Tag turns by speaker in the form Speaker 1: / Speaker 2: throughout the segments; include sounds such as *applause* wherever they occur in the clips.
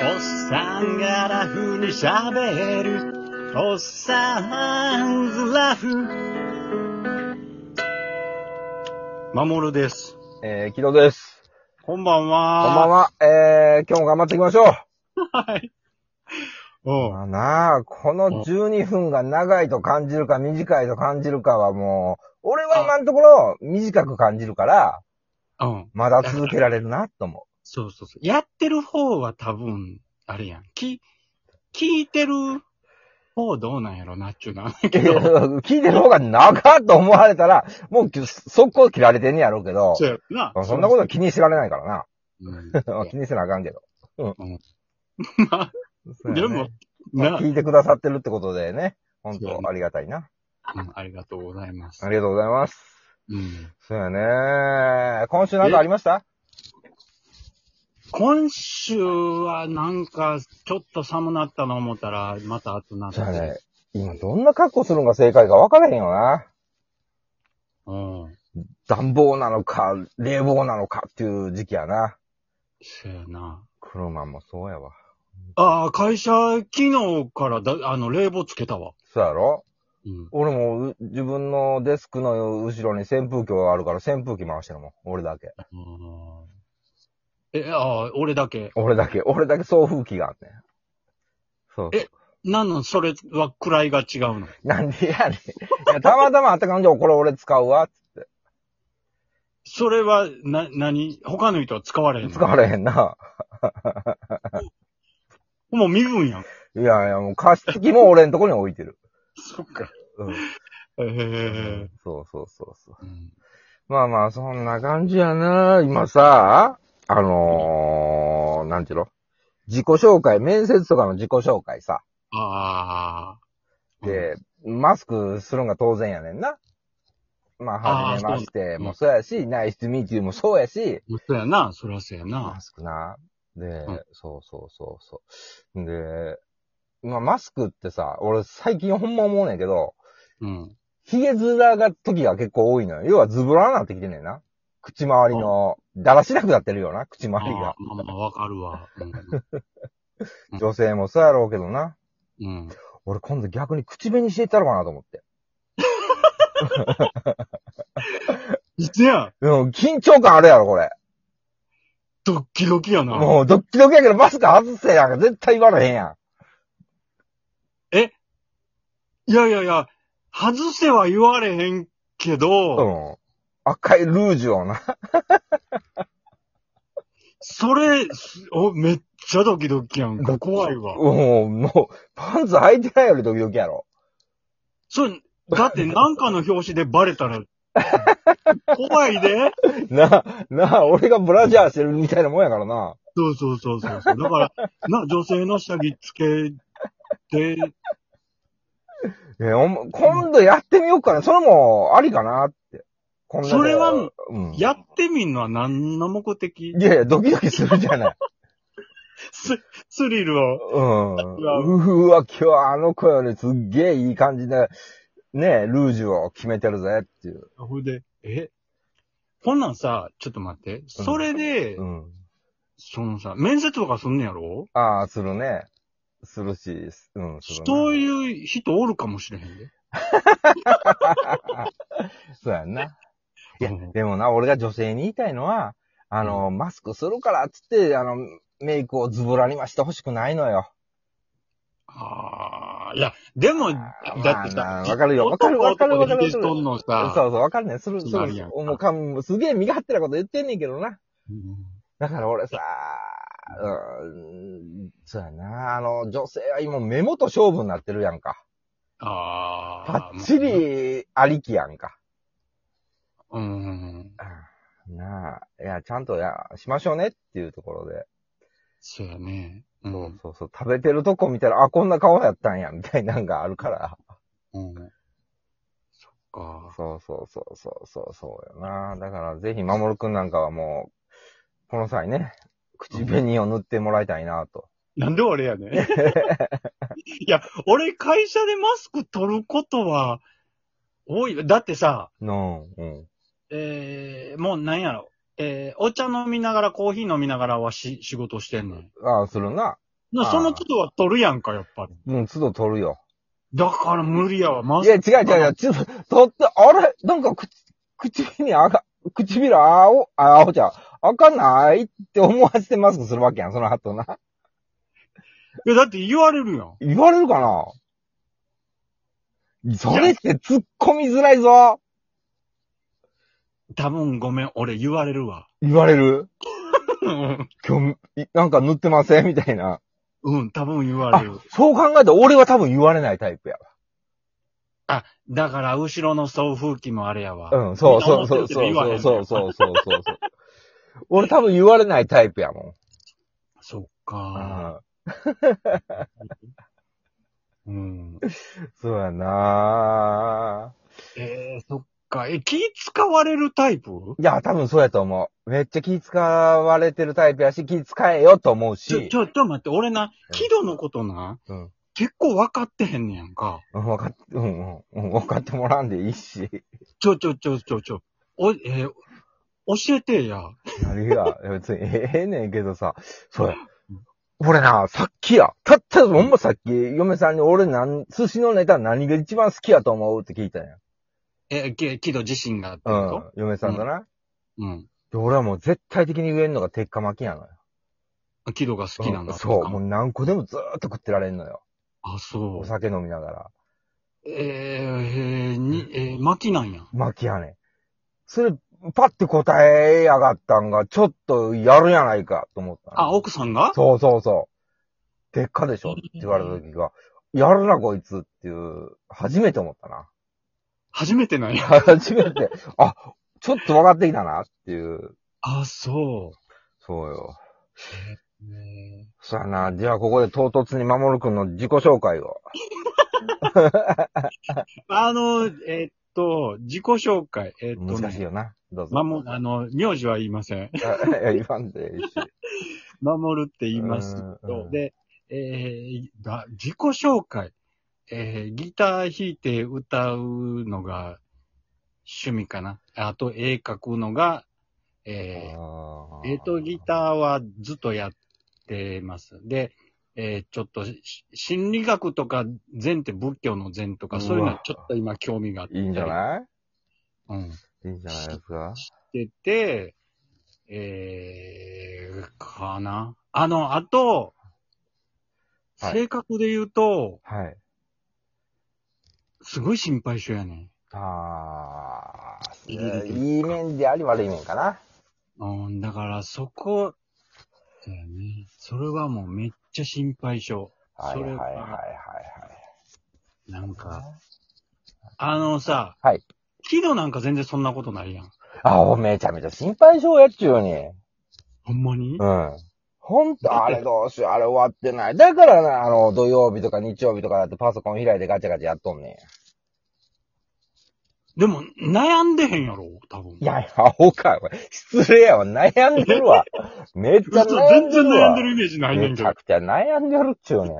Speaker 1: おっさんがラフに喋る。おっさんずラフ。まもるです。
Speaker 2: えー、木戸です。
Speaker 1: こんばん
Speaker 2: こんば
Speaker 1: は。
Speaker 2: んは。えー、今日も頑張っていきましょ
Speaker 1: こんばんは。はい。
Speaker 2: う。
Speaker 1: う
Speaker 2: まあなあ、この12分が長いと感じるか短いと感じるかはもう、俺は今のところ短く感じるから、
Speaker 1: ん。うん。
Speaker 2: まだ続けられるなと思
Speaker 1: そうそうそう。やってる方は多分、あれやん。き、聞いてる方どうなんやろなっちゅうなんや *laughs*
Speaker 2: う。
Speaker 1: けど。
Speaker 2: 聞いてる方が長っと思われたら、もう速攻切られてんねやろうけど、
Speaker 1: そうやろな。
Speaker 2: そんなことは気にしてられないから *laughs*
Speaker 1: うん
Speaker 2: な。気にせなあかんけど。
Speaker 1: ま
Speaker 2: そ
Speaker 1: あ、
Speaker 2: うや
Speaker 1: *laughs* で
Speaker 2: ね
Speaker 1: も、
Speaker 2: まあ
Speaker 1: な、
Speaker 2: 聞いてくださってるってことでね、本
Speaker 1: そうやね
Speaker 2: 当ありがたいな。
Speaker 1: うんありがとうございます
Speaker 2: あ。りがとうございます。
Speaker 1: うん
Speaker 2: そうやね。今週なんかありました
Speaker 1: 今週はなんか、ちょっと寒なったの思ったら、また暑なっ
Speaker 2: じ
Speaker 1: て。
Speaker 2: ゃあね、今どんな格好するのが正解か分からへんよな。
Speaker 1: うん。
Speaker 2: 暖房なのか、冷房なのかっていう時期やな。
Speaker 1: そうやな。
Speaker 2: 車もそうやわ。
Speaker 1: ああ、会社、昨日からだ、あの、冷房つけたわ。
Speaker 2: そうやろ
Speaker 1: うん。
Speaker 2: 俺もう自分のデスクの後ろに扇風機があるから扇風機回してるもん。俺だけ。
Speaker 1: うんえ、ああ、俺だけ。
Speaker 2: 俺だけ。俺だけ送風機があんねん。そうそう
Speaker 1: えなんの、それは位が違うの。
Speaker 2: なんでやねん。いやたまたまあった感じ、これ俺使うわ。
Speaker 1: それは、な、何他の人は使われへんの
Speaker 2: 使われへんな。
Speaker 1: もう身分やん。
Speaker 2: いやいや、もう加湿器も俺んとこに置いてる。
Speaker 1: そっか。
Speaker 2: うん。
Speaker 1: ええ
Speaker 2: そうそうそうそう。
Speaker 1: うん。
Speaker 2: まあまあ、そんな感じやな。今さ、あのー、なんていうの自己紹介、面接とかの自己紹介さ。
Speaker 1: ああ。
Speaker 2: で、マスクするんが当然やねんな。ま
Speaker 1: あ
Speaker 2: あ、
Speaker 1: ー
Speaker 2: はじめまし
Speaker 1: そ
Speaker 2: て
Speaker 1: う
Speaker 2: もそうやし、ナイスミーティーもそうやし、
Speaker 1: うん、そうやな、そりゃそうやな
Speaker 2: マ。スクな。で、
Speaker 1: ん
Speaker 2: そうそうそうそう。で、まあ、マスクってさ、俺最近ほんま思うねんけど、
Speaker 1: うん。
Speaker 2: 髭面が時が結構多いのよ。要はズボラになってきてんねんな。口周りの、だらしなくなってるよな、口周りが
Speaker 1: あ。ーまあまあ、わかるわ。うんうん
Speaker 2: 女性もそうやろうけどな。
Speaker 1: うん。
Speaker 2: 俺今度逆に口紅していったのかなと思って。
Speaker 1: いつや
Speaker 2: うん、緊張感あるやろ、これ。
Speaker 1: ドッキドキやな。
Speaker 2: もうドッキドキやけどマスク外せやんか。絶対言われへんやん。
Speaker 1: いやいやいや、外せは言われへんけ
Speaker 2: う
Speaker 1: ど、
Speaker 2: ん。赤いルージュをな。
Speaker 1: それ、すお、めっちゃドキドキやん
Speaker 2: ド
Speaker 1: か。
Speaker 2: キ
Speaker 1: 怖いわ。
Speaker 2: うん、もう、パンツ履いてないよりドキドキやろ。
Speaker 1: それ、だってなんかの表紙でバレた
Speaker 2: *laughs*
Speaker 1: ら、怖いで
Speaker 2: な、な、俺がブラジャーしてるみたいなもんやからな。
Speaker 1: そうそうそうそうそう。だから、な、女性の下着つけて、
Speaker 2: え、おも今度やってみようかな。それも、ありかなって。こんなで
Speaker 1: それは
Speaker 2: うん。い
Speaker 1: やってみんのは何の目的
Speaker 2: やいや、ドキドキするじゃない。
Speaker 1: ススリルを。
Speaker 2: うん。うわ、今日あの子よりすっげえいい感じで、ねえ、ルージュを決めてるぜっていう。
Speaker 1: ほいで、えこんなんさ、ちょっと待って。それで、
Speaker 2: うん。
Speaker 1: そのさ、面接とかすんねやろ
Speaker 2: ああ、するね。するし、うん、するね。
Speaker 1: そう
Speaker 2: う。
Speaker 1: いう人おるかもしれへんで。
Speaker 2: そうやんな。いや
Speaker 1: うん、
Speaker 2: でもな、俺が女性に言いたいのは、あの、マスクするからっつって、あの、メイクをズボラにはしてほしくないのよ。
Speaker 1: ああ、いや、でも、だって
Speaker 2: まあ
Speaker 1: さ、
Speaker 2: わかるよわかるわかるわか
Speaker 1: 男と男
Speaker 2: る
Speaker 1: でヒゲしとん
Speaker 2: そう
Speaker 1: の
Speaker 2: そ
Speaker 1: さ、
Speaker 2: う、わかるね。する、す
Speaker 1: なる
Speaker 2: る
Speaker 1: やん。か
Speaker 2: もうかん、すげえ身勝手なこと言ってんねんけどな。
Speaker 1: うん
Speaker 2: だから俺さ、うん、そうやな、あの、女性は今目元勝負になってるやんか。
Speaker 1: ああ。
Speaker 2: パッチ。リありきやんか。
Speaker 1: うん。
Speaker 2: なあ、いや、ちゃんとや、しましょうねっていうところで。
Speaker 1: そうやね。う。
Speaker 2: そうんそうそう、食べてるとこ見たら、あ、こんな顔やったんや、みたいなんがあるから。
Speaker 1: うん。そっか。
Speaker 2: そうそうそうそうそう、そうやな。だからぜひ、まもるくんなんかはもう、この際ね、口紅を塗ってもらいたいなと。
Speaker 1: なんで俺や
Speaker 2: *laughs*
Speaker 1: ねん。いや、俺会社でマスク取ることは多い。だってさ、
Speaker 2: の、うん。
Speaker 1: えー、もうなんやろ。えー、お茶飲みながらコーヒー飲みながらはし仕事してんの。
Speaker 2: ああ、するな。
Speaker 1: な
Speaker 2: ああ
Speaker 1: その都度は取るやんか、やっぱり。
Speaker 2: うん、都度取るよ。
Speaker 1: だから無理やわ、マ
Speaker 2: い
Speaker 1: ス
Speaker 2: や、違う違う違う、ちょっと、取って、あれなんか、口、唇に赤、唇青、あ青じゃん。赤ないって思わせてマスクするわけやん、その後な。
Speaker 1: ク。いや、だって言われるやん。
Speaker 2: 言われるかなそれって突っ込みづらいぞ
Speaker 1: 多分ごめん、俺言われるわ。
Speaker 2: 言われる
Speaker 1: うん
Speaker 2: 今日、いなんか塗ってませんみたいな。
Speaker 1: うん、多分言われる。
Speaker 2: そう考えたら俺は多分言われないタイプや
Speaker 1: だから、後ろの送風機もあれやわ。
Speaker 2: わ。うん、そうそうそうそうそうそうそうそうそう。俺多分言われないタイプやもん。
Speaker 1: そっ
Speaker 2: う
Speaker 1: か。
Speaker 2: ん
Speaker 1: うん。
Speaker 2: そうやな
Speaker 1: えー、そっか。え、気使われるタイプ
Speaker 2: いや、多分そうやと思う。めっちゃ気使われてるタイプやし、気使えよと思う
Speaker 1: ちょ、
Speaker 2: し
Speaker 1: ち。ょ、ちょ、待って、俺な、
Speaker 2: うん
Speaker 1: 木戸のことな、
Speaker 2: うん。
Speaker 1: 結構分かってへんねやんか。
Speaker 2: うん分かって、うん、うん、うん、分かってもらんでいいし。
Speaker 1: ちょ、ちょ、ちょ、ちょ、ちょ、お、えー教えてや。
Speaker 2: 何
Speaker 1: *laughs*
Speaker 2: が、いや別にええねんけどさ、そうや。俺な、さっきや、たったほんまさっき、嫁さんに俺なん、寿司のネタ何が一番好きやと思うって聞いたんや。
Speaker 1: えー、け木戸自身がって
Speaker 2: う
Speaker 1: こ
Speaker 2: ん、嫁さんだな。
Speaker 1: とうん。
Speaker 2: で俺はもう絶対的に言えんのが鉄火巻きやのよ。
Speaker 1: 木戸が好きなんだ、
Speaker 2: うんそう、も
Speaker 1: か
Speaker 2: う何個でもずーっと食ってられんのよ。
Speaker 1: あ、そ
Speaker 2: お
Speaker 1: う。
Speaker 2: 酒飲みながら。
Speaker 1: えー、えーに、えー、巻きなんや。
Speaker 2: 巻きやねん。それ、パッて答えやがったんが、ちょっとやるやないかと思ったの。
Speaker 1: あ、奥さんが
Speaker 2: そうそうそう。でっかでしょって言われた時が、やるなこいつっていう、初めて思ったな。
Speaker 1: 初めてなんや。
Speaker 2: 初めて、あ、ちょっと分かってきたなっていう。
Speaker 1: あ、そ
Speaker 2: そうよ。
Speaker 1: う。え
Speaker 2: さあな、じゃあここで唐突に守るくんの自己紹介を。
Speaker 1: ーあの、えーっと、自己紹介。えーっと、
Speaker 2: 難しい
Speaker 1: ね、
Speaker 2: よな。どうぞ。
Speaker 1: まも、あの、名字は言いません。
Speaker 2: *laughs* いや、言わんでいいし。
Speaker 1: 守るって言います
Speaker 2: うんう
Speaker 1: と
Speaker 2: ん。
Speaker 1: で、えーだ自己紹介。えーギター弾いて歌うのが趣味かな。あと、絵描くのが、え
Speaker 2: あ
Speaker 1: ー、えーと、ギターはずっとやってます。で、えーちょっとし、心理学とか禅って仏教の禅とか、そういうの
Speaker 2: うわ
Speaker 1: はちょっと今興味があって。
Speaker 2: いいんじゃない
Speaker 1: うん。
Speaker 2: いいんじゃないですか
Speaker 1: してて、えー、かな。あの、あと、
Speaker 2: はい
Speaker 1: 性格で言うと、
Speaker 2: はい。
Speaker 1: すごい心配性やね
Speaker 2: あ
Speaker 1: いいです
Speaker 2: ー、いい面であり悪い面かな。
Speaker 1: ん。うん、だからそこ、そうやね。それはもうめっちゃ心配性。
Speaker 2: はい
Speaker 1: そ
Speaker 2: はい
Speaker 1: れ
Speaker 2: はい
Speaker 1: は
Speaker 2: はい
Speaker 1: なん
Speaker 2: はい
Speaker 1: か、。あのさ、
Speaker 2: はい。
Speaker 1: 昨日なんか全然そんなことないやん。
Speaker 2: あ、おめちゃめちゃ心配性やっちゅうに。
Speaker 1: ほんまに
Speaker 2: うん。ほんと、あれどうしよう、あれ終わってない。だからな、あの、土曜日とか日曜日とかだってパソコン開いてガチャガチャやっとんね
Speaker 1: でも、悩んでへんやろ、多分。
Speaker 2: ん。いやいや、アホか。お前失礼やわ。悩んで
Speaker 1: *laughs*
Speaker 2: るわ。めっちゃ
Speaker 1: 嘘、
Speaker 2: 悩
Speaker 1: 全
Speaker 2: んで
Speaker 1: 然
Speaker 2: る
Speaker 1: 悩
Speaker 2: わ
Speaker 1: んで。るイメージないねん
Speaker 2: め
Speaker 1: け
Speaker 2: ち
Speaker 1: ど
Speaker 2: ゃ。くちゃ悩んでるっちゅうねん。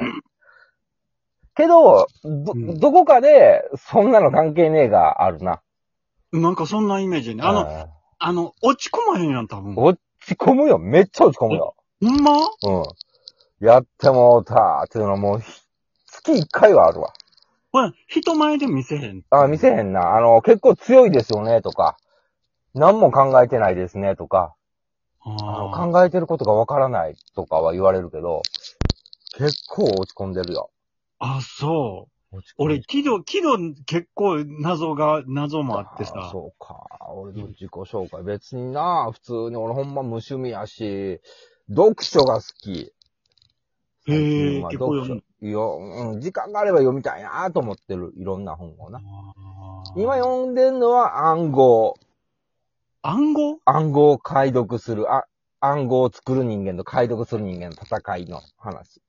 Speaker 2: けど、ど
Speaker 1: う、ん
Speaker 2: どこかで、そんなの関係ねえがあるな。
Speaker 1: なんかそんなイメージやね。あの、
Speaker 2: の、
Speaker 1: あの、落ち込まへんやん、多分。ほ
Speaker 2: 落ち込むよ。めっちゃ落ち込むよ。
Speaker 1: んま
Speaker 2: うん。やってもうたっていうのはもう、ひ月1回はあるわ。
Speaker 1: ほら、人前で見せへん。
Speaker 2: あ、見せへんな。あの、結構強いですよね、とか。何も考えてないですね、とか。あの、
Speaker 1: ああ。
Speaker 2: 考えてることがわからないとかは言われるけど、結構落ち込んでるよ。
Speaker 1: あ、そう。
Speaker 2: 落ち込んで
Speaker 1: 俺、
Speaker 2: る、
Speaker 1: 木戸、木戸結構謎が、謎もあって
Speaker 2: あ
Speaker 1: さ。
Speaker 2: そうか。俺の自己紹介。別にな、普通に俺ほんま無趣味やし、読書が好き。
Speaker 1: へえ、
Speaker 2: まあ
Speaker 1: 結構
Speaker 2: 読
Speaker 1: 読む。
Speaker 2: 書。いや、うん、時間があれば読みたいなと思ってる。いろんな本をな。
Speaker 1: あー
Speaker 2: 今読んでんのは暗号。
Speaker 1: 暗号
Speaker 2: 暗号を解読する、あ、暗号を作る人間と解読する人間の戦いの話。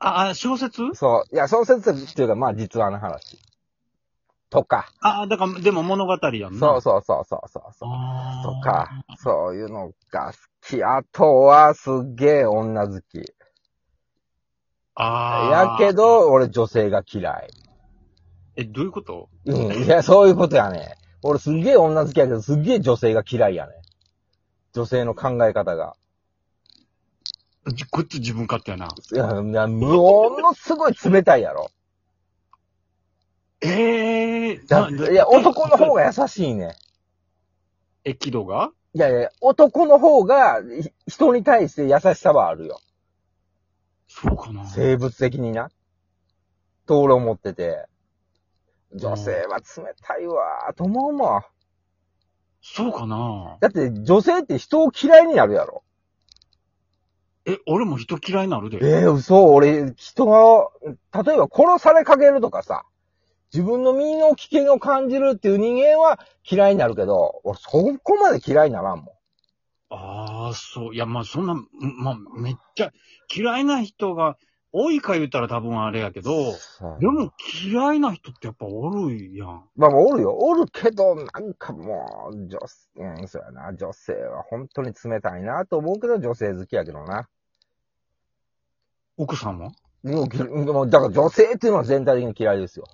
Speaker 1: あ、あ、小説
Speaker 2: そう。いや、小説っていうか、まあ、実話の話。とか。
Speaker 1: あ、だから、でも物語やんな。
Speaker 2: そうそうそうそうそうそう。
Speaker 1: あー
Speaker 2: とか、そういうのが好き。あとは、すっげえ女好き。や
Speaker 1: ああ。
Speaker 2: け。ど、俺女性が嫌い。
Speaker 1: え、どういうこと
Speaker 2: うん。いや、そういうことやね。俺すっげえ女好きやけど、すっげえ女性が嫌いやね。女性の考え方が。
Speaker 1: じこっち自分勝手やな。
Speaker 2: いや、いやものすごい冷たいやろ。
Speaker 1: ええ
Speaker 2: だいや、男の方。が優しいね。
Speaker 1: え、キドが
Speaker 2: いやいや、男の方がひ人に対して優しさはあるよ。
Speaker 1: そうかな。
Speaker 2: 生物的にな。と俺思ってて。女性は冷たいわーと思うもん。
Speaker 1: そうかな。
Speaker 2: だって女性って人を嫌いになるやろ。
Speaker 1: え、俺も人嫌いになるで。
Speaker 2: ええ嘘、俺、人が、例えば殺されかけるとかさ、自分の身の危険を感じるっていう人間は嫌いになるけど、俺そこまで嫌いにならんもん。
Speaker 1: ああ、そう。いや、まあ、そんな、んまあ、めっちゃ、嫌いな人が多いか言ったら多分あれやけど、でも嫌いな人ってやっぱおるやん。
Speaker 2: まあ、まあおるよ。おるけど、なんかもう、女、うん、そうやな。女性は本当に冷たいなと思うけど、女性好きやけどな。
Speaker 1: 奥さんも
Speaker 2: でも、きでもだから女性っていうのは全体的に嫌いですよ。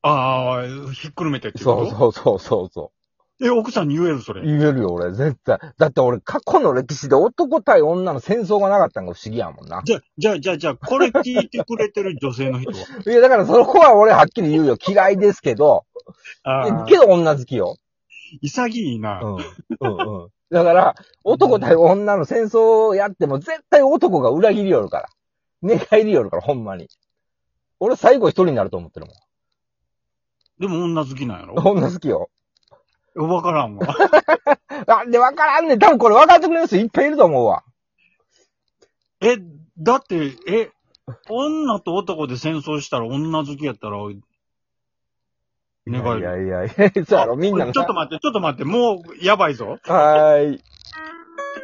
Speaker 1: ああ、ひっくるめてっていうこ
Speaker 2: そ
Speaker 1: と
Speaker 2: うそうそうそうそう。
Speaker 1: え、奥さんに言えるそれ。
Speaker 2: 言えるよ、俺、絶対。だって俺、過去の歴史で男対女の戦争がなかったんが不思議やもんな。
Speaker 1: じゃ、じゃ、じゃ、じゃ、これ聞いてくれてる女性の
Speaker 2: *laughs*
Speaker 1: 人は。
Speaker 2: いや、だからそこは俺はっきり言うよ。嫌いですけど、
Speaker 1: ああ
Speaker 2: け、ど女好きよ。
Speaker 1: 潔いな。
Speaker 2: うん。うんうん。だから、男対女の戦争をやっても絶対男が裏切りよるから。寝返りよるから、ほんまに。俺最後一人になると思ってるも
Speaker 1: でも女好きなんやろ
Speaker 2: ん。女好きよ。
Speaker 1: わからんわ。
Speaker 2: あ、で、わからんねん。多分これ分かってくれる人いっぱいいると思うわ。
Speaker 1: え、だって、え、女と男で戦争したら女好きやったら、願える
Speaker 2: いやいやいや、そうやろ、みんな
Speaker 1: ちょっと待って、ちょっと待って、もう、やばいぞ。
Speaker 2: とはーい。